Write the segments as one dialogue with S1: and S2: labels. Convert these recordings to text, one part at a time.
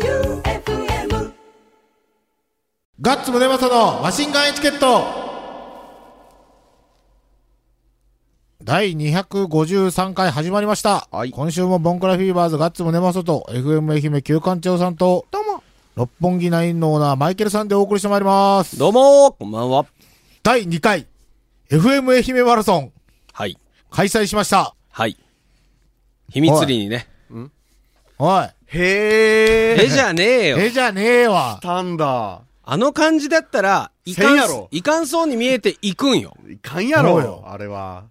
S1: J-O-E-U-F-M
S2: ガッツムネマソのマシンガンエチケット第253回始まりました。
S3: はい
S2: 今週もボンクラフィーバーズガッツムネマソと FM 愛媛旧館長さんと、
S3: どうも。
S2: 六本木ナインのオーナーマイケルさんでお送りしてまいります。
S3: どうもこんばんは。
S2: 第2回 FM 愛媛マラソン
S3: はい。
S2: 開催しました。
S4: はい。秘密裏にね。
S2: おい。
S3: へえ。
S4: えじゃねえよ。
S2: えじゃねえわ。
S3: たんだ。
S4: あの感じだったら、い
S3: せ
S4: か
S3: ん
S4: ん
S3: やろ、
S4: いかんそうに見えて行くんよ。
S3: いかんやろ
S2: そうよ
S3: あれは。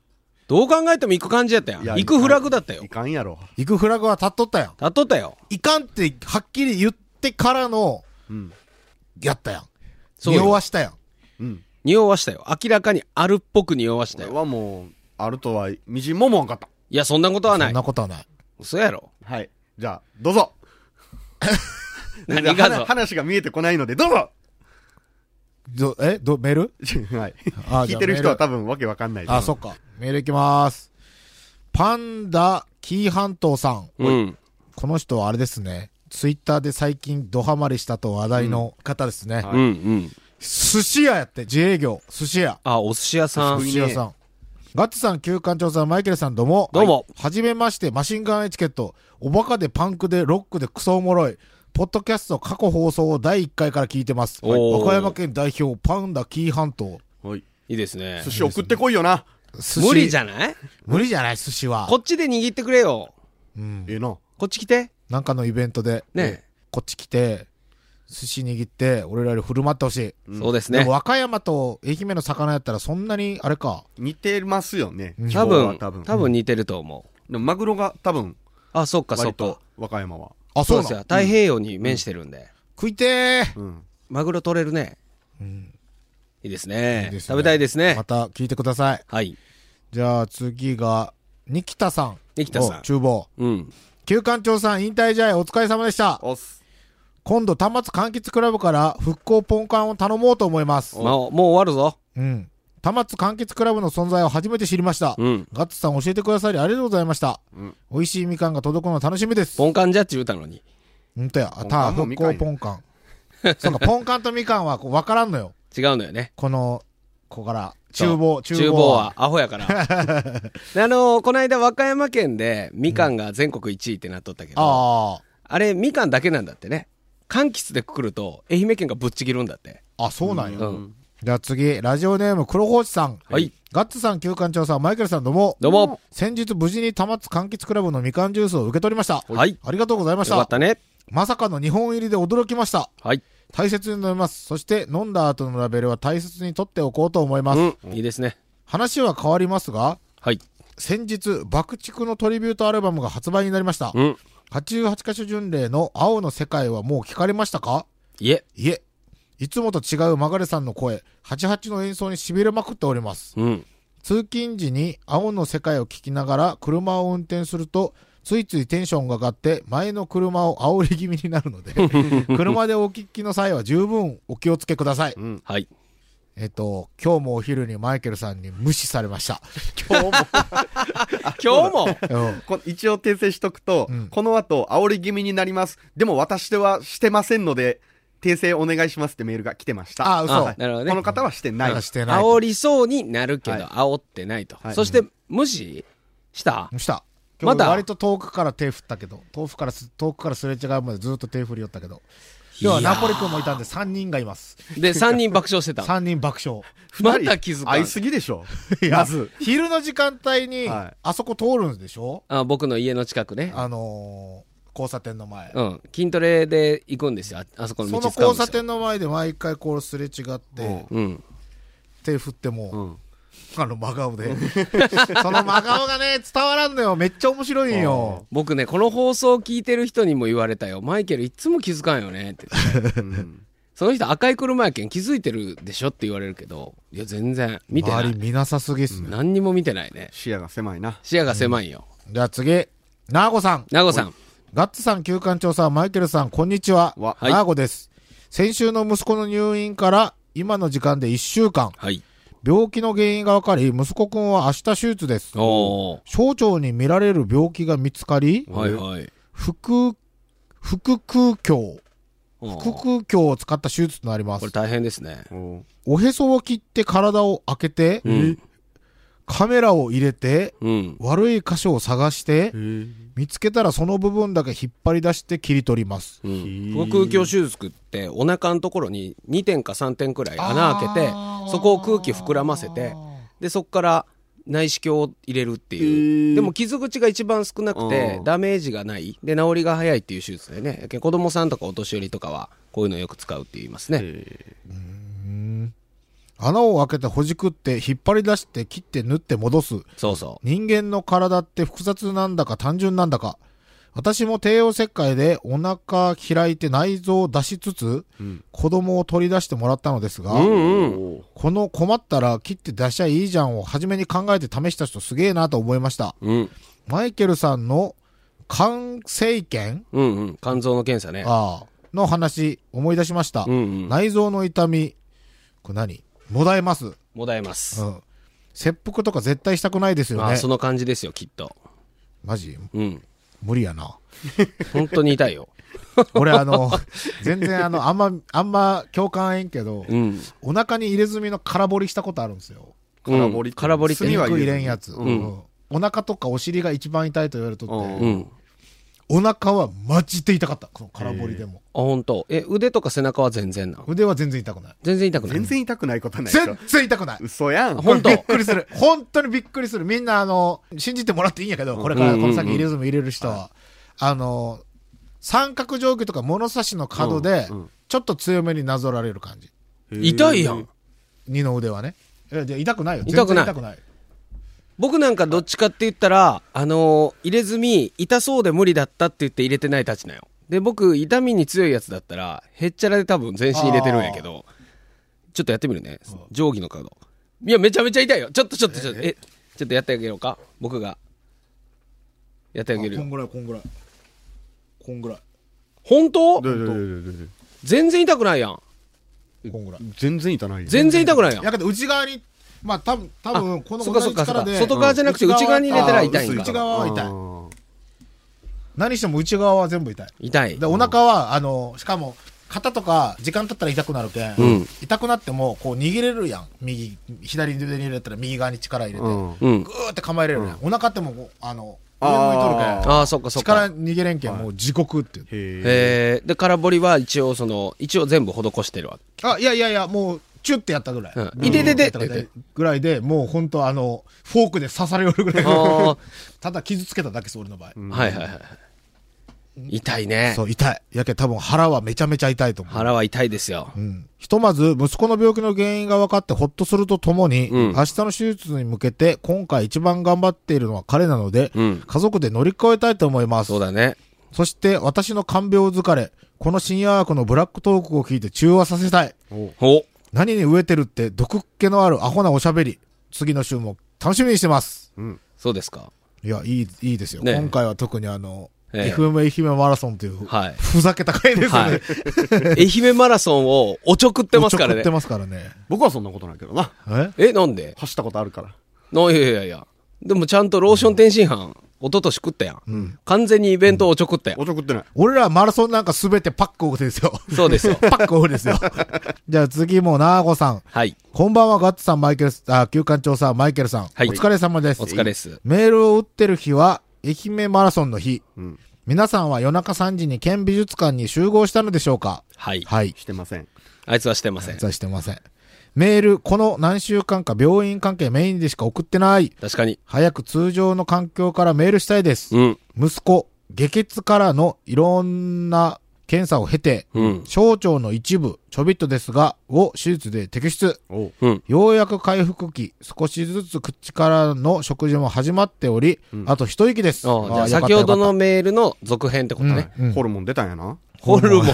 S4: どう考えても行く感じやったやん。
S3: いや
S4: 行くフラグだったよ
S3: い。かんやろ。
S2: 行くフラグは立っとったやん。
S4: 立っとったよ。
S2: いかんってはっきり言ってからの、
S3: うん。
S2: やったやん。
S4: そうよ
S2: 匂わしたやん。
S3: うん。
S4: 匂わしたよ。明らかにあるっぽく匂わし
S3: こ
S4: た
S3: れ
S4: よ。
S3: はもう、あるとは、みじんも思わんかった。
S4: いや、そんなことは
S2: そ
S4: なんい
S2: な。ことはない。
S4: 嘘やろ。
S3: はい。じゃあ、ど うぞ。
S4: 何
S3: で
S4: が
S3: 話
S4: ぞ。
S3: 話が見えてこないので、どうぞ
S2: ど、えど、メール
S3: はい。
S2: あ
S3: 聞いてる人は
S2: じゃ
S3: 多分わけわかんない
S2: あメールあ、そっか。メールいきます。パンダ、キーハントさん。
S4: うん。
S2: この人はあれですね。ツイッターで最近ドハマりしたと話題の方ですね。
S3: は
S4: うんうん。
S2: 寿司屋やって、自営業、寿司屋。
S4: あ、お寿司屋さ
S3: すご
S4: ん
S3: い。
S2: 寿司屋さん。ガッツさん、旧館長さん、マイケルさん、どうも。
S4: どうも
S2: はじめまして、マシンガンエチケット。おバカでパンクでロックでクソおもろい。ポッドキャスト過去放送を第1回から聞いてます。
S4: おー
S2: 和歌山県代表、パンダ、キーハント。
S3: はい。
S4: いいですね
S3: 寿。司送ってこいよな。
S4: 無理じ
S2: ゃ、
S4: ゃない
S2: 無理じゃない、寿司は。
S4: こっちで握ってくれよ。
S2: うん。
S3: ええな。
S4: こっち来て。
S2: なんかのイベントで、
S4: ね
S2: こっち来て、寿司握って、俺らより振る舞ってほしい。
S4: そうです
S2: で
S4: ね
S2: も。和歌山と愛媛の魚やったらそんなに、あれか。
S3: 似てますよね。
S2: うん
S3: 気
S4: 多
S3: 候は
S4: 分、
S3: 多
S4: 多
S3: 分。
S4: 分多分似てると思う。
S3: でも、マグロが多分、
S4: あ、そっかそ
S3: 割
S4: っか
S3: と。、和歌山は。
S2: あ、
S4: そ
S2: そうう
S4: ですよ。
S2: なの
S4: 太平洋に面してるんで。
S2: 食いてー、
S3: うん。
S4: マグロ取れるね。いいですね
S2: いいですね
S4: 食べたいですね
S2: ま。た聞いてください。
S4: はい。
S2: じゃあ次が、ニキタさん。
S4: ニキタさん
S2: お厨房。
S4: うん。
S2: 旧館長さん引退試合お疲れ様でした。
S3: おっす。
S2: 今度、端末柑橘クラブから復興ポンカンを頼もうと思います。
S4: まあ、もう終わるぞ。
S2: うん。端末柑橘クラブの存在を初めて知りました。
S4: うん。
S2: ガッツさん教えてくださりありがとうございました。
S3: うん
S2: 美味しいみかんが届くの楽しみです。
S4: ポンカンジャッジ言うたのに。
S2: うんとや、あ
S3: ポン
S2: た
S3: カ
S2: あ、
S3: ン
S2: 復
S3: もみか
S2: 興
S3: んや
S2: ポンカン。そうか、ポンカンとみかんはこう分からんのよ。
S4: 違うのよね。
S2: この、ここから、
S4: そう
S2: 厨房、
S4: 厨房は。アホや から。であのーこの間和歌山県でみかんが全国1位ってなっとったけど、あ
S2: あ
S4: れみかんだけなんだってね。柑橘でくくると愛媛県がぶっちぎるんだって。
S2: あ、あ、そうなんや。
S4: うん。
S2: じゃあ次、ラジオネーム黒星さん。
S4: はい。
S2: ガッツさん、旧館長さん、マイケルさん、どうも。
S4: どうも。
S2: 先日無事に玉津柑橘クラブのみかんジュースを受け取りました。
S4: はい
S2: ありがとうございま
S4: よ
S2: し
S4: か
S2: た
S4: っ。たね。
S2: まさかの2本入りで驚きました。
S4: はい。
S2: 大切に飲みます。そして飲んだ後のラベルは大切に取っておこうと思います。
S4: うん。いいですね。
S2: 話は変わりますが、
S4: はい。
S2: 先日、爆竹のトリビュートアルバムが発売になりました。
S4: うん。
S2: 88カ所巡礼の青の世界はもう聞かれましたか
S4: いえ。
S2: いえ。いつもと違うマガレさんの声、88の演奏に痺れまくっております。
S4: うん。
S2: 通勤時に青の世界を聞きながら車を運転するとついついテンションが上がって前の車を煽り気味になるの で車でお聞きの際は十分お気をつけください、
S3: うん。
S4: はい。
S2: えっと今日もお昼にマイケルさんに無視されま した、
S3: 今日も。
S4: 今日も
S2: うん
S3: こ一応訂正しとくと、
S2: うん
S3: この後、煽り気味になります。でも私ではしてませんので、訂正お願いしますってメールが来てました。
S2: あ嘘
S4: あなるほどね
S3: この方はしてない。
S2: あしてない
S4: 煽りそうになるけど、
S3: はい
S4: 煽ってないと。
S3: はい
S4: そして、無視した
S2: した今
S4: ま
S2: 日
S4: だ
S2: 割と遠くから手振ったけど遠くからす遠くからすれ違うまでずっと手振り寄ったけど今日はナポリ君もいたんで3人がいます
S4: で、3人爆笑して た。
S2: 3人爆笑
S4: また気づか
S3: 会
S4: ん
S3: いすぎでしょ。
S2: いや
S3: まず、
S2: 昼の時間帯に
S3: はい
S2: あそこ通るんでしょ、
S4: あ僕の家の近くね。
S2: あのー交差点の前、
S4: うん。筋トレで行くんですよ。ああそこの
S2: そ
S4: 道
S2: の
S4: 使うん
S2: 交
S4: ですよ。
S2: 差点の前で毎回こうすれ違って、
S4: うん。
S2: 手振っても、
S3: うん。
S2: あの真顔 で。その真顔がね、伝わらんのよ。めっちゃ面白いんよ。
S4: 僕ね、この放送を聞いてる人にも言われたよ。マイケルいつも気づかんよねって。
S3: うん
S4: その人赤い車やけん気づいてるでしょって言われるけど、いや、全然。見てな
S2: 周
S4: い
S2: り。見なさすぎっすね。
S4: 何にも見てないね。
S3: 視野が狭いな。
S4: 視野が狭いよ。
S2: じゃあ次、ナーゴさん。
S4: ナゴさん。
S2: ガッツさん、旧館長さん、マイケルさん、こんにちは。
S3: わ
S2: ナーゴです。先週の息子の入院から、今の時間で1週間、
S4: はい。
S2: 病気の原因が分かり、息子くんは明日手術です。
S4: おー。
S2: 小腸に見られる病気が見つかり、
S4: はいはい。
S2: 腹腹腔鏡。
S4: うん
S2: 腹腔
S4: こ
S2: 鏡を使った手術となります
S4: れ。大変ですね。
S3: お
S2: おへそを切って体を開けて、
S4: うん。
S2: カメラを入れて、
S4: うん。
S2: 悪い箇所を探して、
S3: ー
S2: 見つけたらその部分だけ引っ張り出して切り取ります。
S4: うん腹腔鏡手術ってお腹のところに2点か3点くらい穴開けて
S2: あー
S4: そこを空気膨らませてでそこから内視鏡を入れるっていう、
S3: へー
S4: でも傷口が一番少なくて
S3: うん
S4: ダメージがないで治りが早いっていう手術でね子供さんとかお年寄りとかはこういうのよく使うって言いますね、
S2: 穴を開けてほじくって、引っ張り出して、切って、縫って、戻す。
S4: そうそ
S2: 人間の体って複雑なんだか単純なんだか。私も帝王切開でお腹開いて内臓を出しつつ、子供を取り出してもらったのですが、
S3: うん
S2: この困ったら切って出しゃいいじゃんを初めに考えて試した人すげえなと思いました。
S4: う、うん、
S2: マイケルさんの肝生検
S4: うんうん肝臓の検査ね
S2: ああの話思い出しました。
S4: うんうん
S2: 内臓の痛み、これ何もだえます。う
S4: もだえます、
S2: ん。切腹とか絶対したくないですよ
S4: まあ
S2: ね
S4: そ。の感じですよきっと
S2: マジ
S4: うん
S2: 無理やな。
S4: 本当に痛いよ
S2: 俺あ の、全然あの、あんま、あんま共感えんけど、
S4: うん
S2: お腹に入れ墨の空掘りしたことあるんですよ。
S3: 空掘り
S4: うん空掘りって
S2: 墨
S3: 炭
S2: は
S3: は入
S2: 入
S3: れ
S2: れ
S3: ず
S2: んやつ。
S3: うん
S2: うんお腹とかお尻が一番痛いと言われとって、
S3: うん
S4: うん
S2: お腹はマジで痛かった。この空掘りでも。
S4: あ本当え腕とか背中は全然なの
S2: 腕は全然痛くない。
S4: 全然痛くない
S3: 全然痛くないことはないでしょ
S2: 全然痛くない。
S3: 嘘やん
S4: ほん
S2: びっくりする。 本当にびっくりする。みんなあの、信じてもらっていいんやけど、これからこの先入れ墨入れる人は、あの、三角定規とか物差しの角で
S3: うんうん、
S2: ちょっと強めになぞられる感じ。
S4: 痛いやん
S2: 二の腕はね。いやいや痛くないよ。
S4: 痛くない
S2: 全然痛くない。
S4: 僕なんかどっちかって言ったら、あのー入れ墨、痛そうで無理だったって言って入れてないたちなよ。で、僕、痛みに強いやつだったら、へっちゃらで多分全身入れてるんやけど、ちょっとやってみるね。定規の角。いや、めちゃめちゃ痛いよ。ちょっとちょっとちょっと、え、ちょっとやってあげようか。僕が。やってあげる
S2: こん
S4: よ。
S2: ぐらい、こんぐらい。こんぐらい。
S4: 本当
S3: どうどうどうどうどう
S4: 全然痛くないやん。
S2: こんぐらい。
S3: 全然痛ないよ
S4: 全然痛くないやん。
S2: やけど内側に、まあ多分、多分この
S4: そっか
S2: 同
S4: そっ
S2: じ
S4: かそっ
S2: 力
S4: か
S2: で。
S4: 外側じゃなくて
S2: うん
S4: 内側に入れたら痛いん
S2: あー
S4: か
S2: 内側は痛い。
S3: あ
S2: 何しても内側は全部痛い。
S4: 痛い
S2: で、。お腹は、あの、しかも、肩とか、時間経ったら痛くなるけん、
S4: うん
S2: 痛くなっても、こう、握れるやん。右、左腕に入れたら右側に力入れて、
S3: ーう
S2: ぐ
S3: ん
S4: うん。
S2: ーって構えれるやん。お腹ってもう、あの、上
S3: あー
S2: 向いとるけん
S4: ああ、そっかそっか。
S2: 力握れんけん、もう地獄って。
S3: へえ
S4: えー、で、空堀は一応その、一応全部施してるわけ。
S2: あ、いやいやいや、もう、チュッてやったぐらい。
S4: うんいてててって言って
S2: ぐらいで、もう本当あの、フォークで刺されよるぐらい
S4: あ。
S2: ただ傷つけただけです、俺の場合。
S4: はいはいはい。痛いね
S2: そ。う、痛い。やけん多分腹はめちゃめちゃ痛いと思う。
S4: 腹は痛いですよ。
S2: うんひとまず、息子の病気の原因が分かってほっとするとともに、
S4: う
S2: 明
S4: ん
S2: 日の手術に向けて、今回一番頑張っているのは彼なので、
S4: うん
S2: 家族で乗り越えたいと思います。
S4: そうだね。
S2: そして、私の看病疲れ、この深夜枠のブラックトークを聞いて中和させたい。
S4: お
S2: 何に飢えてるって、毒っ気のあるアホなおしゃべり。次の週も楽しみにしてます。
S4: そうですか。
S2: いや、いい、いいですよ。
S4: ねえ
S2: 今回は特にあの、
S4: ええ
S2: FM 愛媛マラソンという、
S4: はい
S2: ふざけた回ですね。
S4: はい。愛媛マラソンを おちょくってますから
S2: おちょく
S4: ね
S2: って。ますからね。
S3: 僕はそんなことないけどな
S2: え
S4: え、なんで
S3: 走ったことあるから
S4: ないやいやいや。でもちゃんとローション天津飯、一昨年食ったやん。完全にイベントをおちょくったやん。
S3: おちょくってない
S2: 俺らマラソンなんかすべてパックオフですよ。 。
S4: そうですよ
S2: パックオフですよ。 じゃあ次もなーごさん。
S4: はい。
S2: こんばんは、ガッツさん、マイケルす、あ、休館長さん、マイケルさん。
S4: はい
S2: お疲れ様です。
S4: お疲れです。
S2: メールを打ってる日は、愛媛マラソンの日。
S3: ん
S2: 皆さんは夜中3時に県美術館に集合したのでしょうか
S4: はい。
S2: はい。
S3: してません
S4: あいつはしてません。
S2: 実はしてません。メール、この何週間か病院関係メインでしか送ってない。
S4: 確かに。
S2: 早く通常の環境からメールしたいです。
S4: うん。
S2: 息子、下血からのいろんな検査を経て、
S4: うん。
S2: 小腸の一部、ちょびっとですが、を手術で摘出。
S3: おう
S4: うん。
S2: ようやく回復期、少しずつ口からの食事も始まっており、あと一息です。
S4: ああじゃあ
S2: ーよかった
S4: 先ほどの
S2: よかっ
S4: メールの続編ってことね。
S2: うん
S3: ホルモン出たんやな
S4: ホ ルモン。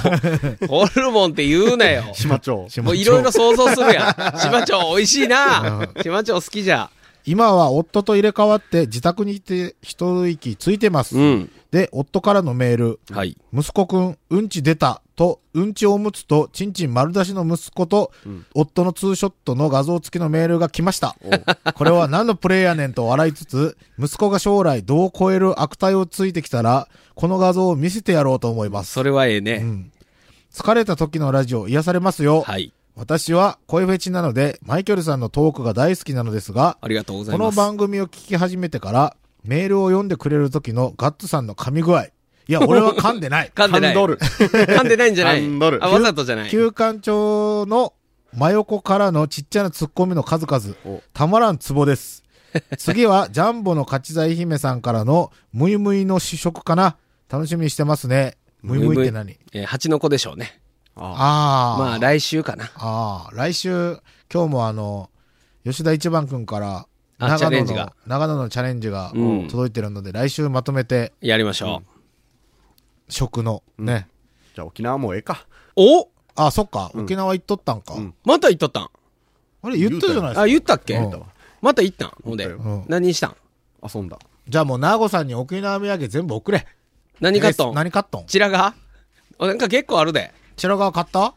S4: ホルモンって言うなよ。
S3: 島町
S2: た
S4: もういろいろ想像するやん。 島町美味しいな。島町好きじゃ。
S2: 今は夫と入れ替わって自宅にいて一息ついてます。
S4: うん
S2: で、夫からのメール、
S4: はい。
S2: 息子くん、うんち出たと、うんちおむつと、ちんちん丸出しの息子と、夫のツーショットの画像付きのメールが来ました。これは何のプレイやねんと笑いつつ、息子が将来度を超える悪態をついてきたら、この画像を見せてやろうと思います。
S4: それはええ
S2: う
S4: ね。
S2: ん。疲れた時のラジオ癒されますよ。
S4: はい。
S2: 私は声フェチなので、マイケルさんのトークが大好きなのですが、
S4: ありがとうござ
S2: こ
S4: いま
S2: の
S4: す。
S2: 番組を聞き始めてから、メールを読んでくれる時のガッツさんの噛み具合。いや、俺は噛んでない。
S4: 噛んでな
S3: ハ
S4: い。
S3: ンドル。
S4: 噛んでないんじゃない
S3: ハンドル
S4: あ、わざとじゃない。
S2: 旧館長の真横からのちっちゃなツッコミの数々
S3: お、
S2: たまらんツボ です。次は、ジャンボの勝ち財姫さんからの、ムイムイの試食かな楽しみにしてますね。ムイムイって何
S4: えー蜂の子でしょうね。
S2: ああ。
S4: まあ、来週かな。
S2: ああ、来週、今日もあの、吉田一番くんから、
S4: あチャレンジが
S2: 長野のチャレンジが
S4: うん
S2: 届いてるので、来週まとめて、
S4: やりましょう。
S2: 食の、ね。
S3: じゃあ沖縄もうええか。
S4: お
S2: あ、そっか、沖縄行っとったんか。
S3: ん
S4: また行っとったん
S2: あれ、言ったじゃないですか。
S4: あ、言ったっけ
S2: 言ったわ
S4: また行ったんほんで
S3: 言った
S2: ようん。
S4: 何したん
S3: 遊んだ。
S2: じゃあもう、なーごさんに沖縄土産全部送れ。
S4: 何買った
S2: え
S4: ん
S2: 何買ったん
S4: チラがあなんか結構あるで。
S2: 白川買った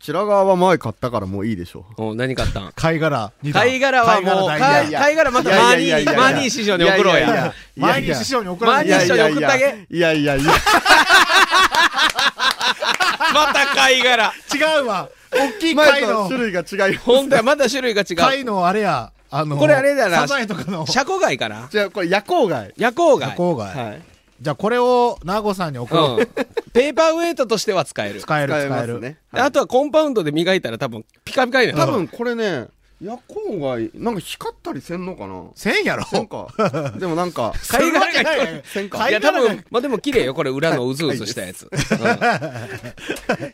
S3: 白川は前買ったからもういいでしょ。
S4: お何買ったん
S2: 貝殻二段。
S4: 貝殻はもう、
S2: 貝
S4: 貝
S2: 殻
S4: 貝殻またマーニー、マーニー師匠に送ろう
S3: いやいやい
S4: や
S3: や。
S2: 毎日師匠に送ら
S4: いやいやいや
S3: いやいやいや いや。
S4: また貝殻。
S2: 違うわ。大きい
S3: 前
S2: 貝
S3: と
S2: の、
S3: 種類が違い
S4: ほんとや、また種類が違う。
S2: 貝のあれや、あの、
S4: これあれだな
S2: サザエとかの、
S4: シャコ貝かな
S3: じゃあこれ夜光貝。
S4: 夜光貝。
S2: 郊外。
S3: はい。
S2: じゃあこれを、なーごさんに送ろう。
S4: うん。ペーパーウェイトとしては使える。
S2: 使える
S3: 使え
S2: 使
S3: ま
S2: え
S3: す
S2: る。
S3: ね。
S4: あとはコンパウンドで磨いたら多分ピカピカにな
S3: 多
S4: る。
S3: 分これね、夜光貝、なんか光ったりせんのかな
S2: せんやろ
S3: せんか。でもな んか、
S4: 貝殻が光る。
S3: せんか
S2: 貝
S4: いや多
S2: 殻が
S4: 分、まあでも綺麗よ、これ裏のうずうずしたやつ。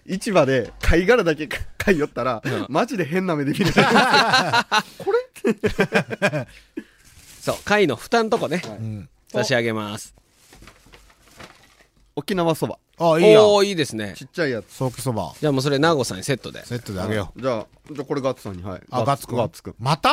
S3: 市場で貝殻だけ買いよったら、マジで変な目で見る。
S4: そう、貝の蓋んとこね、
S2: ん
S4: 差し上げます。
S3: 沖縄そば。
S2: あ、いいや。
S4: おおーいいですね
S3: ち。っちゃいやつ。
S2: ソーキそば、
S4: じゃあもうそれ、ナーゴさんにセットで。
S2: セットであげよう。
S3: じゃあ、じゃあこれガッツさんに、はい。
S2: あ、ガッツくん。
S3: ガッツくん。
S2: また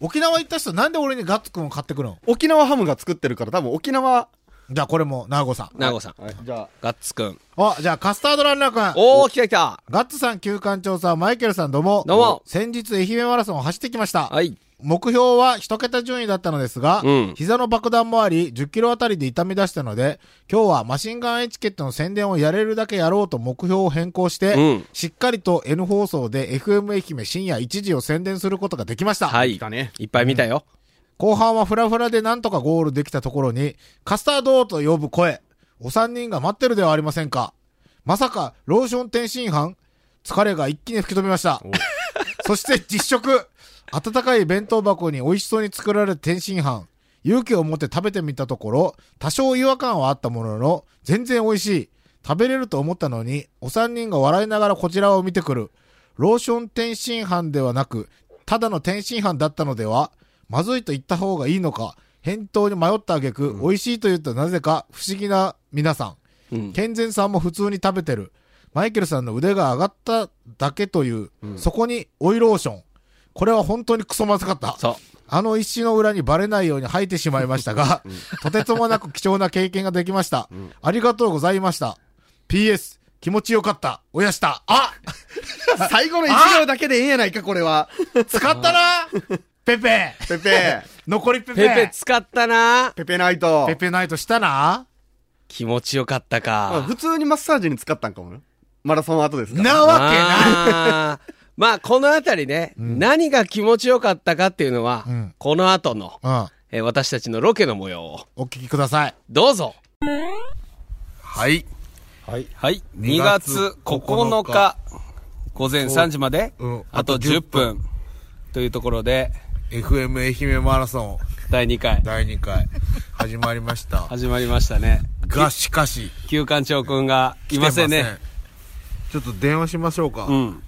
S2: 沖縄行った人、なんで俺にガッツくんを買ってくるの
S3: 沖縄ハムが作ってるから、多分沖縄。
S2: じゃあこれも、なーごさん。
S4: ナーゴさん。
S3: はい、じゃあ、
S4: ガッツくん。
S2: あ、じゃあカスタードランナーくん。
S4: おお来た来た
S2: ガッツさん、旧館長さん、マイケルさん、どうも。
S4: どうも
S2: 先日、愛媛マラソンを走ってきました。
S4: はい。
S2: 目標は一桁順位だったのですが、
S4: うん
S2: 膝の爆弾もあり、10キロあたりで痛み出したので、今日はマシンガンエチケットの宣伝をやれるだけやろうと目標を変更して、
S4: うん
S2: しっかりと N 放送で FM 愛媛深夜1時を宣伝することができました。
S4: はい。い
S3: たね
S4: っぱい見たよ。
S2: 後半はフラフラでなんとかゴールできたところに、カスタードと呼ぶ声。お三人が待ってるではありませんか。まさか、ローション天津飯疲れが一気に吹き飛びました。 そして実食。温かい弁当箱に美味しそうに作られた天津飯。勇気を持って食べてみたところ、多少違和感はあったものの、全然美味しい。食べれると思ったのに、お三人が笑いながらこちらを見てくる。ローション天津飯ではなく、ただの天津飯だったのではまずいと言った方がいいのか、返答に迷った挙句、美味しいと言うとなぜか不思議な皆さん。
S4: うん。
S2: 健全さんも普通に食べてる。マイケルさんの腕が上がっただけという、そこにオイローション。これは本当にクソまずかった。
S4: そう。
S2: あの石の裏にバレないように吐いてしまいましたが、とてつもなく貴重な経験ができました。ありがとうございました。PS、気持ちよかった。おやした。あ
S3: 最後の1行だけでええやないか、これは。
S2: 使ったなペペ
S3: ペペ、
S2: 残りペペ
S4: ペペ使ったな
S3: ペペナイト
S2: ペ。ペナイトしたな
S4: 気持ちよかった
S3: あ
S4: か
S3: 普。通にマッサージに使ったんかもな。マラソン後ですから。
S2: なわけない
S4: あーまあ、このあたりね、何が気持ちよかったかっていうのは、
S2: うん
S4: この後の、
S2: うん。
S4: えー私たちのロケの模様を、
S2: お聞きください。
S4: どうぞ
S5: はい。
S2: はい。
S5: はい。
S2: 2
S5: 2
S2: 月
S5: 月
S2: 9
S5: 9
S2: 日
S5: 日、午前3時まで
S2: うん、
S5: あと10分、というところで、
S2: FM 愛媛マラソン
S5: 第2回、
S2: 第2回始まりました。
S5: 始まりましたね。
S2: が、しかし、
S5: 旧館長くんが
S2: 来
S5: い
S2: て
S5: ませんね。。
S2: ちょっと電話しましょうか。
S5: うん。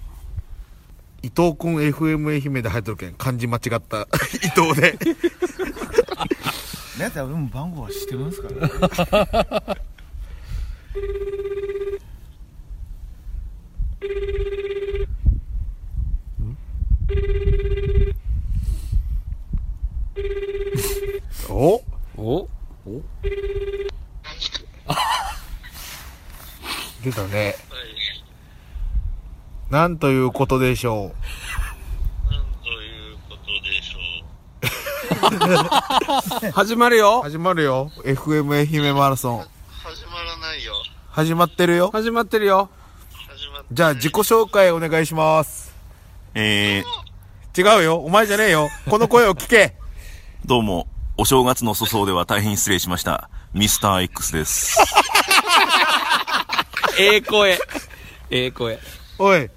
S2: 伊藤くん FM 愛媛で入ってるけん、漢字間違った。 伊藤 で。
S6: ねやつは俺も番号は知ってますから、ね、
S2: お
S5: お
S2: 出たね。
S7: はい
S2: なんということでしょ
S8: ということでしょう。
S4: 始まる
S2: う。
S4: よ
S2: 始まるよ。FM 愛媛マラソン。
S8: 始まらないよ。
S2: 始まってるよ。
S4: 始まってるよ
S8: 始まっ
S2: じゃあ自己紹介お願いします。
S9: えー、
S2: 違うよ。お前じゃねえよ。この声を聞け。
S9: どうも、お正月の粗相では大変失礼しました。ミスター X です。
S4: ええ声ええ声
S2: おい。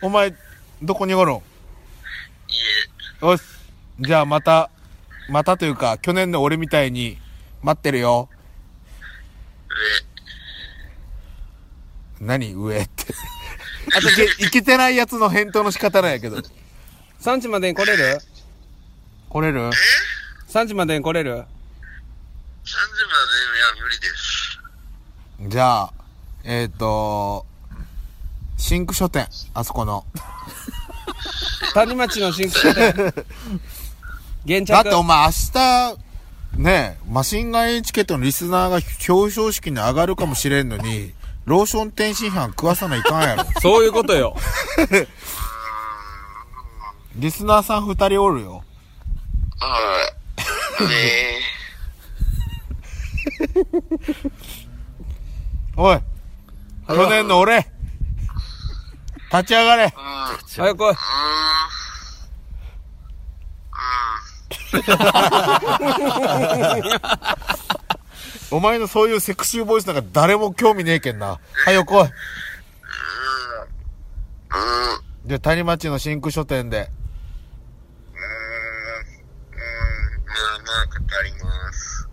S2: お前、どこにおるん
S8: いえ、
S2: よし。じゃあまた、またというか、去年の俺みたいに待ってるよ。何上って。 あと、いけいけてないやつの返答の仕方なんやけど。
S4: 産地までに来れる
S2: 来れる
S4: 産地までに来れる
S8: 3時までには無理です。
S2: じゃあ、えっ、ー、と、シンク書店、あそこの。
S4: 谷町の新宿店現着
S2: だってお前明日、ねえ、マシンガンエチケットのリスナーが表彰式に上がるかもしれんのに、ローション天津飯食わさないかんやろ。
S4: そういうことよ
S2: リスナーさん二人おるよ。
S8: はい。ね
S2: おい去年の俺立ち上がれ
S4: 早く来い
S2: お前のそういうセクシーボイスなんか誰も興味ねえけんな。はよ来いじゃあ谷町の真空書店で。
S8: え。うん、まあまあかかります。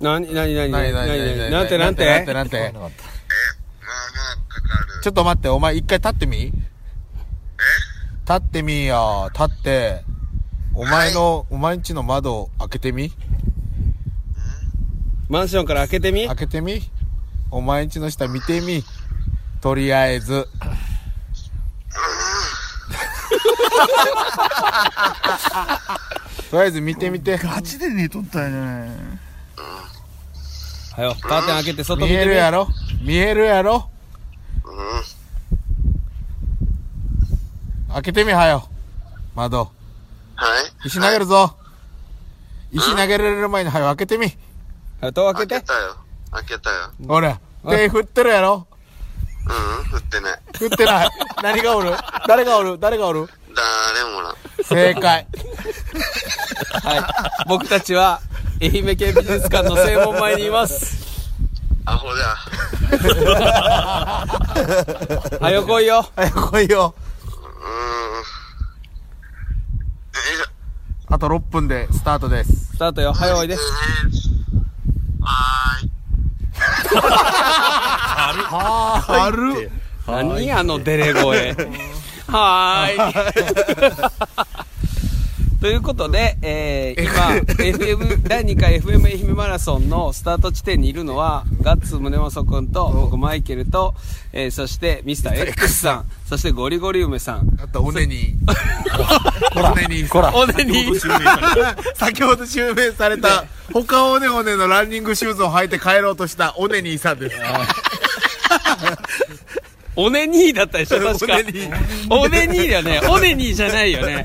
S4: なになになになになになんて
S2: な
S4: なんん
S2: てなんて
S4: て
S2: なんて
S8: まあまあかかる。
S2: ちょっと待って、お前一回立ってみ立ってみーよ。立って、お前の、お前んちの窓を開けてみ
S4: マンションから開けてみ
S2: 開けてみお前んちの下見てみとりあえず。 とりあえず見てみて。
S10: ガチで寝とったんじゃない
S4: はよカーテン開けて外
S2: 見
S4: 見て
S2: え
S4: み
S2: るやろ見えるやろ開けてみはよ。窓。
S8: はい。
S2: 石投げるぞ。石投げられる前にはよ開けてみ。
S4: は戸開け
S8: 開
S4: て
S8: けたよ。開けたよ。
S2: ほら、手振ってるやろ
S8: うん、うん、振ってない。
S2: 振って ない。何がおる誰がおる誰がおる
S8: 誰もおらん。
S2: 正解。
S4: はい僕たちは愛媛県美術館の正門前にいます
S8: アホだ。
S4: はよ来いよ
S2: はよ来いよ。
S8: うん。よいしょ。
S2: あと6分でスタートです。
S4: スタートよはよおいで
S8: はーい。
S2: ある
S4: 何あのデレ 声はーい ということで、え ー、今 FM 第2回 FM 愛媛マラソンのスタート地点にいるのはガッツ宗正君と僕マイケルと、えー、そしてミスター X さんそしてゴリゴリ梅さん
S2: あと、オネニー。オネニー。
S4: ほらおねに
S2: 先ほど襲名された、他オネオネのランニングシューズを履いて帰ろうとしたオネニーさんです。
S4: おねにーだったでしょ確か
S2: オネニ
S4: おねにーだよねおねにーじゃないよ ね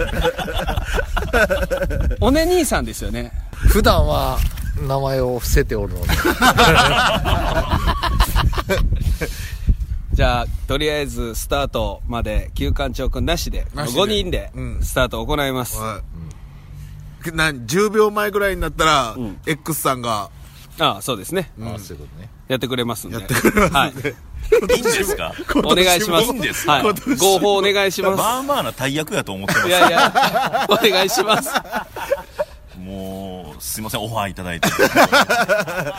S4: おねにーさんですよね
S11: 普段は名前を伏せておるので
S4: じゃあ、とりあえずスタートまで、休館長くんなしで、
S2: なしで
S4: 5人で
S2: うん
S4: スタートを行います。
S2: はいなん10秒前ぐらいになったら、X さんが、
S4: ああ、そうですね。やってくれますんで。
S2: やってくれますんで
S4: はい。
S9: いいんですか
S4: お願いしま
S9: いいんです
S4: す。
S9: か
S4: はい。合法お願いし
S9: ま
S4: ま。
S9: あまあな大役やと思ってます
S4: いやいや、お願いします。
S9: す。もう、すいません、オファーいただ いて。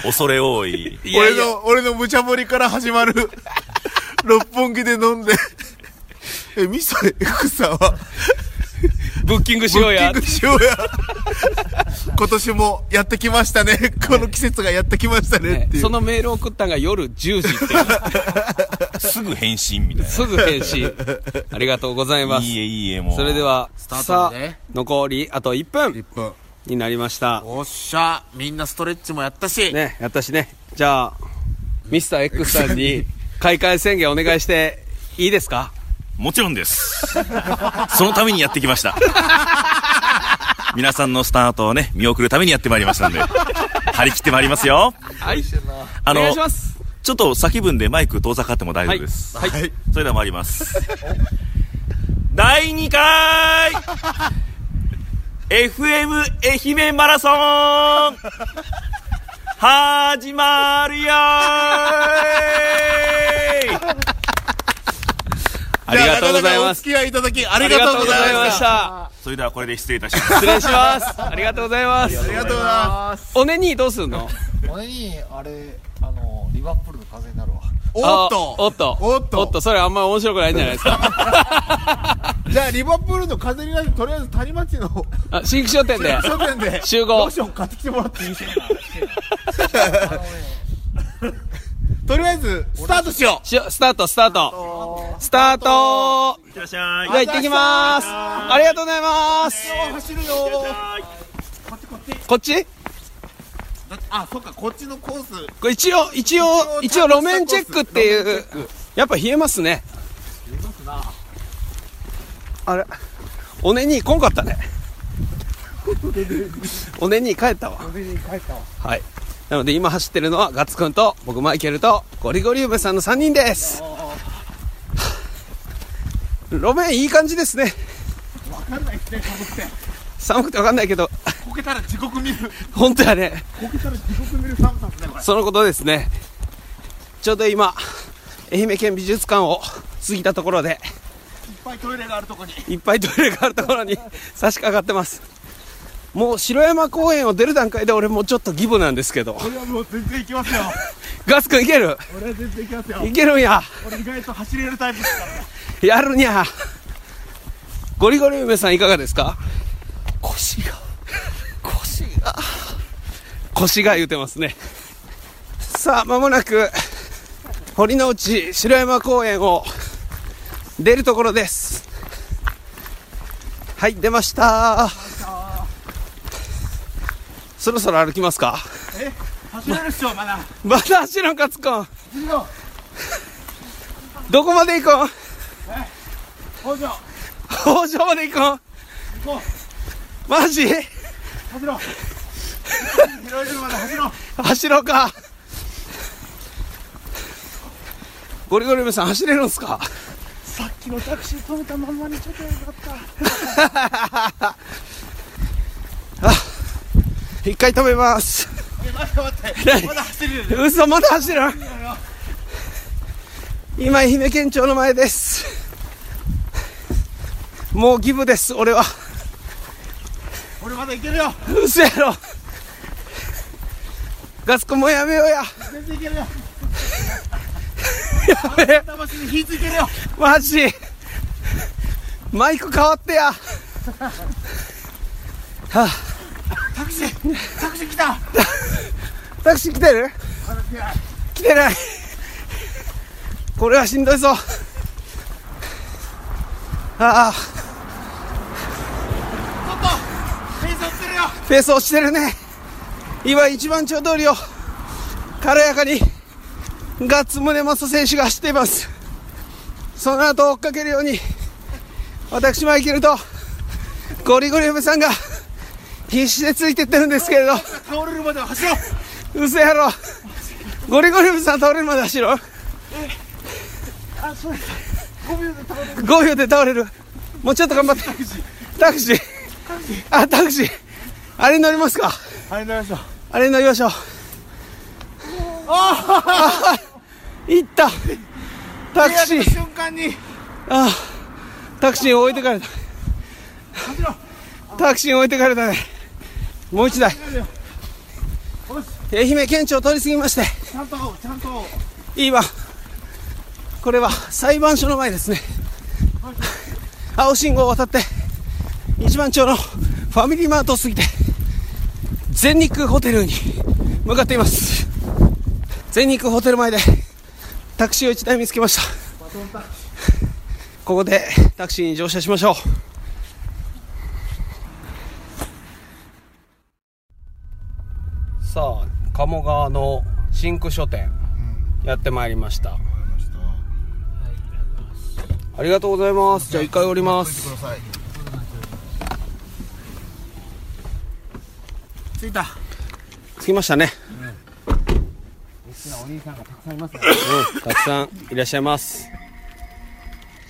S9: 恐れ多い。
S4: いやいや
S2: 俺の、俺の無茶ぶりから始まる、 六本木で飲んで、 え、ミスター X さんは、
S4: ブッキングし
S2: ブ
S4: よう
S2: ッキ
S4: や
S2: ン。グしようや。 今年もやってきましたね。この季節がやってきましたね
S4: ね
S2: っていう。
S4: そのメールを送ったんが夜10時っていう
S9: すぐ返信みたい
S4: すぐ返 信。ありがとうございま
S9: な。いい
S4: す。
S9: え、いいえ、もう。
S4: それで。は、
S2: ート
S4: さ
S2: だ
S4: あ
S2: ね、
S4: 残りあと1分
S2: 1分。
S4: になりました。
S2: おっしゃ、みんなストレッチもやったし。
S4: ね、やったしね。じゃあ、ミスター X さんに、開会宣言お願いしていいですか
S9: もちろんです。そのためにやってき ました。皆さんのスタートをね、見送るためにやってまいりましたんで、張り切ってまいりますよ。
S4: はい。
S9: あ
S4: お願
S9: の
S4: いし、ます。
S9: ちょっと先分でマイク遠ざかっても大丈夫です。
S4: はい。はい
S9: それでは参ります。 第2回 FM 愛媛マラソン始まるよー
S4: ありがとうござい
S9: 長々
S4: ま
S9: お
S4: す。
S9: 付き合いいただきあ
S4: あ
S9: り
S4: り
S9: が
S4: が
S9: と
S4: と
S9: う
S4: う
S9: ご
S4: ご
S9: ざ
S4: ざ
S9: い
S4: い
S9: ま
S4: ま
S9: し。
S4: したた。
S9: それではこれで失礼いたします。
S4: 失礼します。ありがとうございます。
S11: がとうございます。
S4: おねにどうすんの
S11: 俺に、あれ、あの、リバプールの風になるわ。
S2: おっと
S4: あおっと
S2: おっと
S4: おっとそれあんま面白くないんじゃないですか
S2: じゃあリバプールの風になってとりあえず谷町の
S4: あ新規商店で
S2: 書店で
S4: 集
S2: ロ
S4: 合
S2: ーション買ってきてもらっていいですか とりあえずスタートしよ
S4: しスタートスタートスタート
S9: いってらっしゃい
S4: じゃあ行ってきますありがとうございます
S2: う走るよ
S4: こっち
S2: あそっかこっちのコース
S4: これ一応一応一応路面チェックっていうやっぱ冷えますねあれおねにこんかったねおねに帰ったわはいなので今走ってるのはガッツくんと僕マイケルとゴリゴリ梅さんの3人です路面いい感じですね寒くて分かんないけど
S10: こけたら地獄見る。
S4: 本当やね
S10: こけたら地獄見る寒さですね、これ。
S4: そのことですねちょうど今愛媛県美術館を過ぎたところで
S10: いっぱいトイレがあるとこに。
S4: いっぱいトイレがあるところに差し掛かってますもう城山公園を出る段階で俺もうちょっとギブなんですけど
S10: 俺はもう全然行きますよ。
S4: ガス君いける
S10: 俺は全然行きますよ。
S4: いけるんや
S10: 俺意外と走れるタイプですからね。
S4: やるにゃゴリゴリ梅さんいかがですか腰が腰が腰が言うてますねさあ間もなく堀之内城山公園を出るところですはい出ましたそろそろ歩きますか
S10: え走れるっしょ、まだ。
S4: まだ走らんかつこん
S10: 次の、
S4: どこまで行こう
S10: 工場、
S4: 北条まで行こ
S10: 行こ
S4: うマジ
S10: う。走ろう。拾えるまで走ろう。
S4: 走ろうかゴリゴリ梅さん走れるんすか
S10: さっきのタクシー止めたまんまにちょっとよかった。
S4: 一回止めます
S10: え、待って待って。まだ走れる。
S4: 嘘まだ走る今愛媛県庁の前ですもうギブです俺は
S10: 俺まだ行けるよ。
S4: 嘘やろガスコンもうやめようや
S10: 全然行けるよ。
S4: やべえ
S10: 魂に火ついてるよ。
S4: マジマイク変わってや
S10: タクシー、タクシー来た。
S4: タクシー来てる来てないこれはしんどいぞああ
S10: 変装してるよ。
S4: フェース落ちてるね今一番長通りを軽やかにガッツ宗正選手が走っていますその後追っかけるように私マイケルとゴリゴリ梅さんが必死でついてってるんですけれど
S10: 倒れるまでは走ろう。
S4: 嘘やろゴリゴリ梅さん倒れるまで走ろう
S10: あ、そうです。5秒で倒れる。
S4: 5秒で倒れるもうちょっと頑張ってタクシーあタクシーあれ乗りますか
S10: ありがとうございま
S4: あれ乗りましょうああ行ったタク
S10: した。
S4: シ
S10: 出会っ
S4: ー
S10: た瞬間に、
S4: ああタクシー置いてかれた
S10: 走ろう。
S4: タクシー置いてかれたねもう一台愛媛県庁通り過ぎまして
S10: ちゃんと、ちゃんと、
S4: 今これは裁判所の前ですね青信号を渡って一番町のファミリーマートを過ぎて全日空ホテルに向かっています全日空ホテル前でタクシーを1台見つけましたここでタクシーに乗車しましょうさあ鴨川のシンク書店やってまいりましたありがとうございます。じゃあ一回降ります。
S2: 着いた。
S4: 着きましたね。うん、たくさんいらっしゃいます。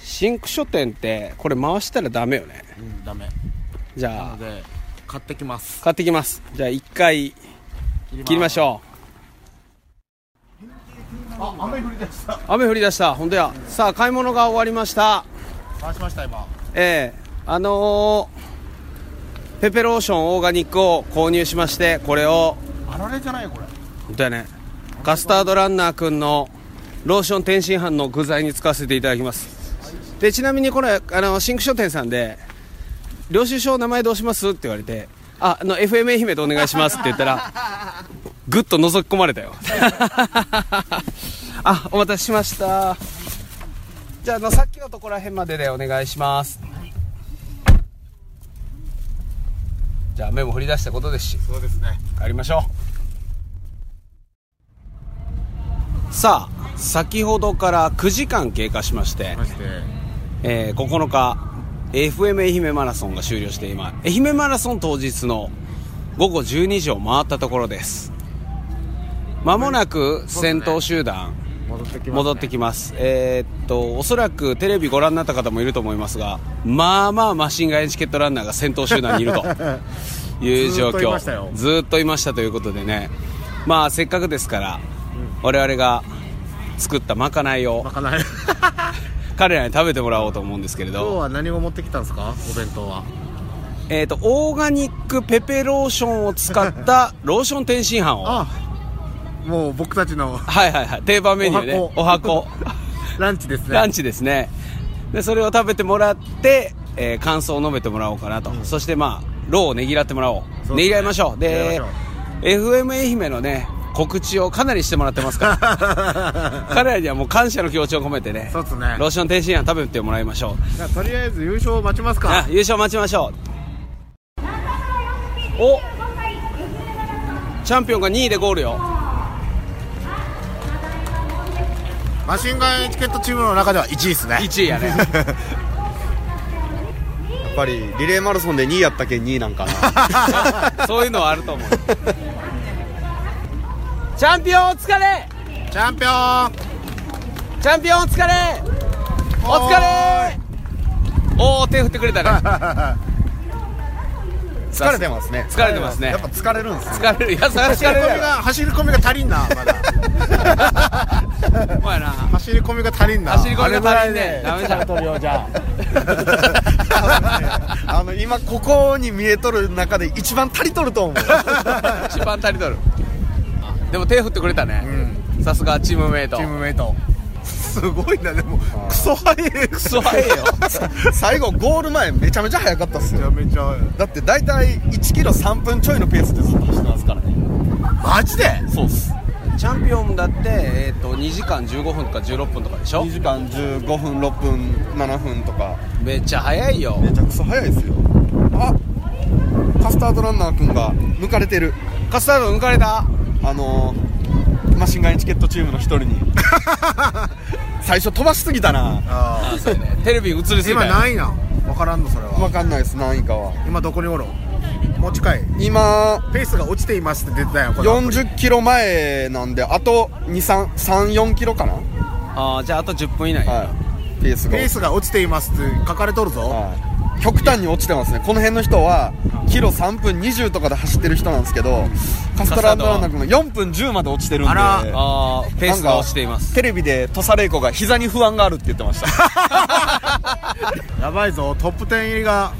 S4: シンク書店ってこれ回したらダメよね。
S12: うんダメ
S4: じ
S12: な
S4: ゃ
S12: の
S4: あ
S12: で買ってきます
S4: 買ってきます。じゃあ一回切りましょう。あ、雨降り出した。雨降り出した。本当や。さあ買い物が終わりました。
S12: 回しました今
S4: ええあのーペペローションオーガニックを購入しましてこれを
S12: あられじゃないこれ
S4: 本当やねカスタードランナーくんのローション天津飯の具材に使わせていただきますでちなみにこれあのシンク書店さんで「領収書名前どうします?」って言われて「ああの FM 愛媛でお願いします」って言ったらぐっと覗き込まれたよ あお待たせしましたじゃああのさっきのところらへんまででお願いしますじゃあ雨も降り出したことですし
S12: そうですね
S4: 帰りましょうさあ先ほどから9時間経過しまして、
S12: まして
S4: えー9日 FM 愛媛マラソンが終了して今愛媛マラソン当日の午後12時を回ったところですまもなく先頭集団
S12: 戻ってきます、ね、
S4: 戻ってきます,、えーっとおそらくテレビご覧になった方もいると思いますがまあまあマシンガンチケットランナーが先頭集団にいるという状況
S12: ずーっといましたよ
S4: ずーっといましたということでねまあせっかくですから、我々が作ったまかないを
S12: まかない
S4: 彼らに食べてもらおうと思うんですけれ
S12: 今日
S4: ど、
S12: は何を持ってきたんですかお弁当は
S4: えーっとオーガニックペペローションを使ったローション天津飯を
S12: あもう僕たちの
S4: はいはいはい定番メニューね
S12: お箱
S4: お箱
S12: ランチですね
S4: ランチですねでそれを食べてもらって、えー感想を述べてもらおうかなと、そしてまあ労をねぎらってもらお
S12: そ
S4: う
S12: うですね
S4: ねぎらいましょ
S12: ね
S4: う
S12: ぎ
S4: で
S12: らいまし
S4: FM 愛媛のね告知をかなりしてもらってますから 彼らにはもう感謝の気持ちを込めてね
S12: そうっすね
S4: ローション天津飯食べてもらいましょう
S12: じゃあとりあえず優勝を待ちますか
S4: あ優勝待ちましょうおチャンピオンが2位でゴールよ
S2: マシンガンエチケットチームの中では1位ですね。
S4: 1位やね
S3: やっぱりリレーマラソンで2位やったけん2位なんかな
S4: そういうのはあると思うチャンピオンお疲れ
S2: チャンピオン
S4: チャンピオンお疲れお疲れおお手振ってくれたね
S3: 疲れてますね
S4: 疲れてますね
S12: やっぱ疲れるんですね
S4: 疲れるいやそれは疲れる
S2: 走り込みが、走り込みが足りんな、ま だ。
S4: お前な
S2: 走り込みが足りんな。
S4: 走り込みが足りんねダメじゃん
S3: あの今ここに見えとる中で一番足りとると思う
S4: 一番足りとるでも手振ってくれたねさすがチームメイト
S12: チームメイト
S3: すごいなでもクソ速いク
S4: ソ速いよ
S3: 最後ゴール前めちゃめちゃ速かったっす
S12: めちゃ
S3: よ
S12: めちゃ
S3: だって大体1キロ3分ちょいのペースでずっと走ってますからね
S12: マジで
S3: そうっす
S4: チャンピオンだって、えー、と2時間15分とか16分とかでしょ
S3: 2時間15分6分7分とか
S4: めっちゃ早いよ
S3: めちゃくそ速いですよあカスタードランナーくんが抜かれてる
S4: カスタード抜かれた
S3: あのー、マシンガンエチケットチームの一 人に最初飛ばしすぎたな
S12: あ
S4: そうねテレビ映りすぎた
S12: 今
S4: よ
S12: 何位なんわからんのそれは
S3: 分かんないです何位かは
S12: 今どこにおるんもう近い
S3: 今
S12: ペースが落ちていますって出てたよこれ
S3: 40キロ前なんであと234キロかな、は
S4: あーじゃああと10分以内、
S3: い、ペースが
S12: ペースが落ちていますって書かれとるぞ
S3: はい極端に落ちてますねこの辺の人はキロ3分20とかで走ってる人なんですけどカスタランドランナー君が4分10まで落ちてるんで
S12: あら
S4: ああペース
S3: なん
S4: が
S3: か
S4: 落ちています
S3: テレビで土佐玲子が膝に不安があるって言ってました
S12: やばいぞトップ10入りが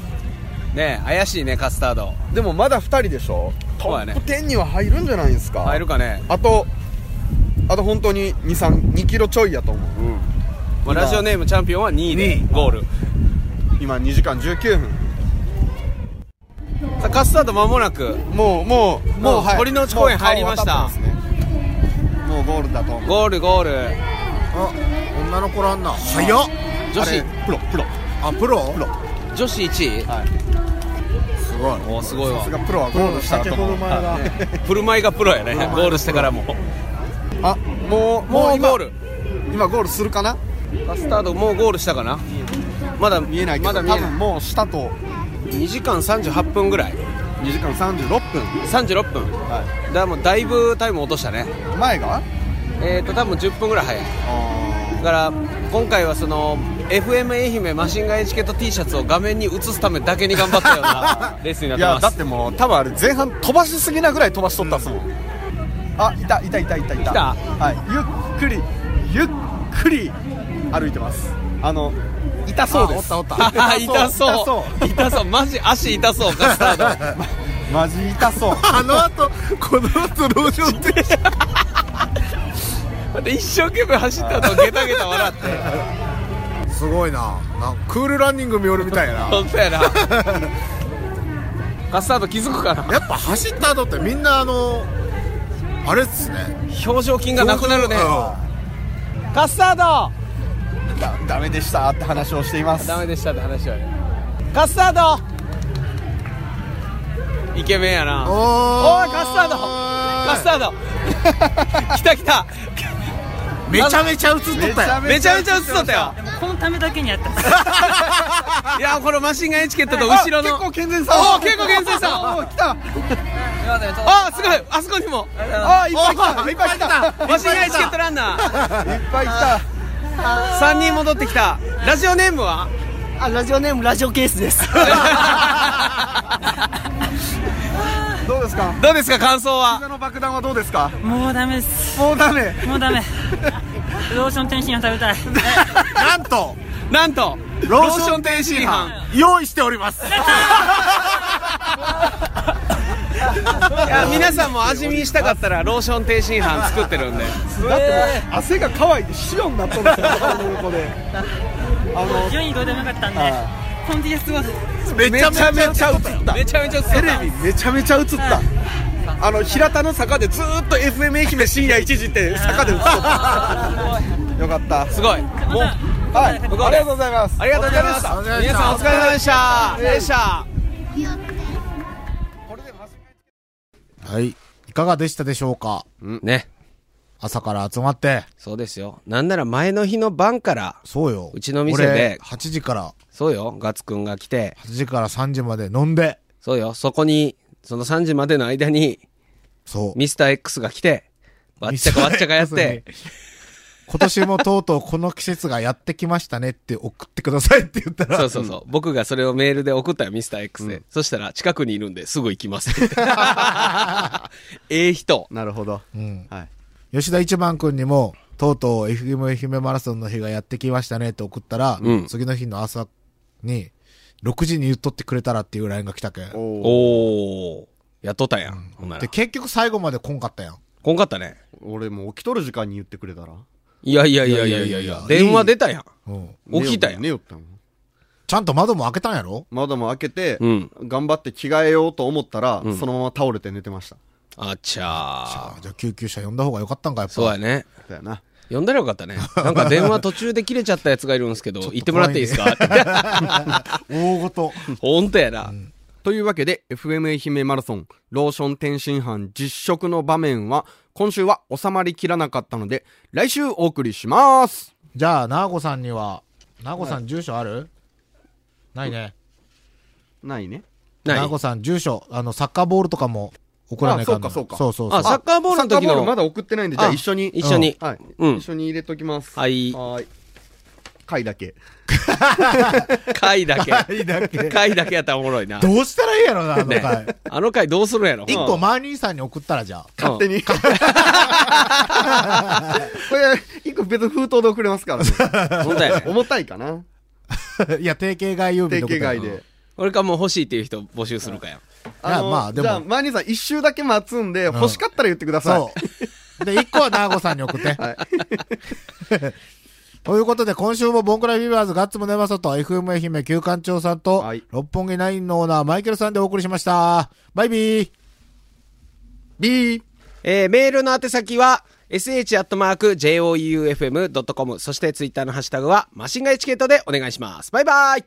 S4: ねえ怪しいねカスタード
S3: でもまだ2人でしょ
S4: そうやね
S3: トップ10には入るんじゃないですか
S4: 入るかね、
S3: あとあと本当に232キロちょいやと思う
S4: まあ、ラジオネームチャンピオンは2位で
S12: 二位
S4: ゴール
S3: 今2時間19分
S4: さあカスタード間もなく
S3: もうもうも
S4: う
S3: う、
S4: ん堀之内公園入りました
S3: もう川渡ってますねもうゴールだと思う
S4: ゴールゴール
S12: あ女の子ランナー早っ
S4: 女
S3: あれ
S4: 子
S3: プロプロ
S12: あプロプロ
S4: 女子1位
S12: すごい
S4: おおすごい
S3: さ
S4: わ
S3: すがプロはゴールしたと思う
S12: だ
S4: 振る舞いがプロやねゴールしてからも
S3: あもう
S4: もう
S3: 今
S4: ゴール
S3: 今ゴールするかな
S4: カスタードもうゴールしたかなまだ
S3: 見えないけど、
S4: まだ見え
S3: 多
S4: ない
S3: 分もう下と
S4: 2時間38分ぐらい
S3: 2時間36分
S4: 36分
S3: は
S4: だからもうだいぶタイム落としたね
S3: い前が
S4: えっ、と多分10分ぐらい早いだから今回はその FM 愛媛マシンガンエチケット T シャツを画面に映すためだけに頑張ったよう なレースにないって
S3: やだ
S4: ま
S3: っ
S4: す
S3: てもう多分あれ前半飛ばしすぎなぐらい飛ばしとったっすもん、あいたいたいたいたいた
S4: 来た
S3: はい、ゆっくりゆっくり歩いてますあの痛そうです
S2: あおったおっ
S4: 痛そう痛そうマジ足痛そうカスタ ード
S3: マジ痛そう
S2: あの後この後路上って
S4: だって一生懸命走ったとゲタゲタ笑 って
S2: すごいななんかクールランニング見よるみたいな
S4: 本当やなカスタード気づくかな
S2: やっぱ走った後ってみんなあのあれっすね
S4: 表情筋がなくなるね
S2: うん
S4: カスター
S3: だダメでしたって話をしていま
S4: ド
S3: す
S4: ダメでしたって話はねカスタードイケメンやなお
S2: お
S4: いカスタードカスタード来た来た
S2: めちゃめちゃ映っとったよ
S4: めちゃめちゃ映っとったよ
S13: このためだけにやったんです
S4: いやこのマシンガンエチケットと後ろの
S3: あ結構健全さん
S4: おお結構厳選さん
S3: おー来た
S4: あすごいあそこにも
S3: あーいっぱい来たいっぱい来た
S4: マシンガンエチケットランナー
S3: いっぱい来た
S4: 3人戻ってきたラジオネームは
S13: あラジオネームラジオケー スです
S3: どうですか
S4: どうですか感想は
S3: 膝の爆弾はどうですか
S13: もうダメです
S3: もうダメ
S13: もうダメローション天津飯食べたい
S2: なんと
S4: なんと
S2: ローション天津飯用意しております
S4: いや皆さんも味見したかったらローション天津飯作ってるんで
S3: だってもう汗が乾いて塩になっとるんですよ顔の横で あの
S13: 順位どうでもよかったんでコンティスは
S3: めちゃめちゃ映った
S4: めちゃめちゃ
S3: テレビめちゃめちゃ映ったあの平田の坂でずーっと FM 愛媛深夜1時って 坂で映っとったよかった
S4: すごい
S3: もうはいありがとうございます
S4: ありがとうございます皆さんお疲れ様でしたでした
S2: はいいかがでしたでしょうか
S4: ね
S2: 朝から集まって
S4: そうですよなんなら前の日の晩から
S2: そうよ
S4: うちの店
S2: 俺
S4: で
S2: 8時から
S4: そうよガツくんが来て
S2: 8時から3時まで飲んで
S4: そうよそこにその3時までの間に
S2: そう
S4: ミスター X が来てわっちゃかわっちゃかやって
S2: 今年もとうとうこの季節がやってきましたねって送ってくださいって言ったら
S4: そうそうそう。僕がそれをメールで送ったよ、ミスター X で。そしたら、近くにいるんですぐ行きます って言って。ええ人。
S3: なるほど
S2: うん
S3: はい
S2: 吉田一番君にも、とうとう FM 愛媛マラソンの日がやってきましたねって送ったら、
S4: うん
S2: 次の日の朝に、6時に言っとってくれたらっていう LINE が来たけん。
S4: おー。やっとったやん。ほんなら
S2: で、。結局最後まで来んかったやん。
S4: こんかったね。
S14: 俺もう起きとる時間に言ってくれたら
S4: いやいやいやいやいやい
S2: いやいやい
S4: や
S2: や。
S4: 電話出たやん。
S2: うん。
S4: 起きたやん
S14: 寝よったもん
S2: ちゃんと窓も開けたんやろ
S14: 窓も開けて、
S4: うん
S14: 頑張って着替えようと思ったら、
S4: ん
S14: そのまま倒れて寝てました
S4: あちゃー。
S2: じゃあ救急車呼んだ方がよかったんか、やっぱ。
S4: そうやね。
S14: だよな
S4: 呼んだらよかった ね。なんか電話途中で切れちゃったやつがいるんですけど、行ってもらっていいです か
S2: 大ごと。
S4: ほんとやな。
S14: というわけで FM 愛媛マラソンローション天津飯実食の場面は今週は収まりきらなかったので来週お送りします
S2: じゃあ、なあごさんには、なあごさん住所あるないね。
S14: ないね
S2: なあ
S4: 何
S2: ごさん住所、あの、サッカーボールとかも送らないかんの
S14: あそうかそうか
S2: そうそうそう
S4: あ、サッカーボールの時
S14: サッカーボールまだ
S4: の。
S14: 送ってないんでじゃあ
S4: あ
S14: 一緒に
S4: 一緒に。
S14: はい、
S4: うん
S14: 一緒に入れときます
S4: はい
S14: はーい回だけ
S4: 回だけ。
S2: いいだけ。
S4: 回だけやったらおもろいな。
S2: どうしたらいいやろな、あの
S4: ね
S2: 回。
S4: あの回 どうするんやろ
S2: 一個マーニーさんに送ったらじゃあ。
S14: 勝手 にこれ一個別の封筒で送れます からね
S4: 本当やね
S14: 重たいかない
S2: や、定型外郵
S14: 定
S2: 便の
S14: 型外
S2: い
S14: で
S4: 俺かもう欲しいっていう人募集するかよ。
S2: や
S14: の
S2: まあでも
S14: じゃあマーニーさん一周だけ待つんで
S2: ん
S14: 欲しかったら言ってください、
S2: そう。 で、一個はナーゴさんに送って。
S14: はい
S2: ということで、今週もボンクラビバーズガッツムネマソと FM 愛媛旧館長さんと、
S14: はい
S2: 六本木ナインのオーナーマイケルさんでお送りしました。バイビー。ビー。
S4: えーメールの宛先は、sh.joeufm.com、そしてツイッターのハッシュタグは、マシンガエチケットでお願いします。バイバイ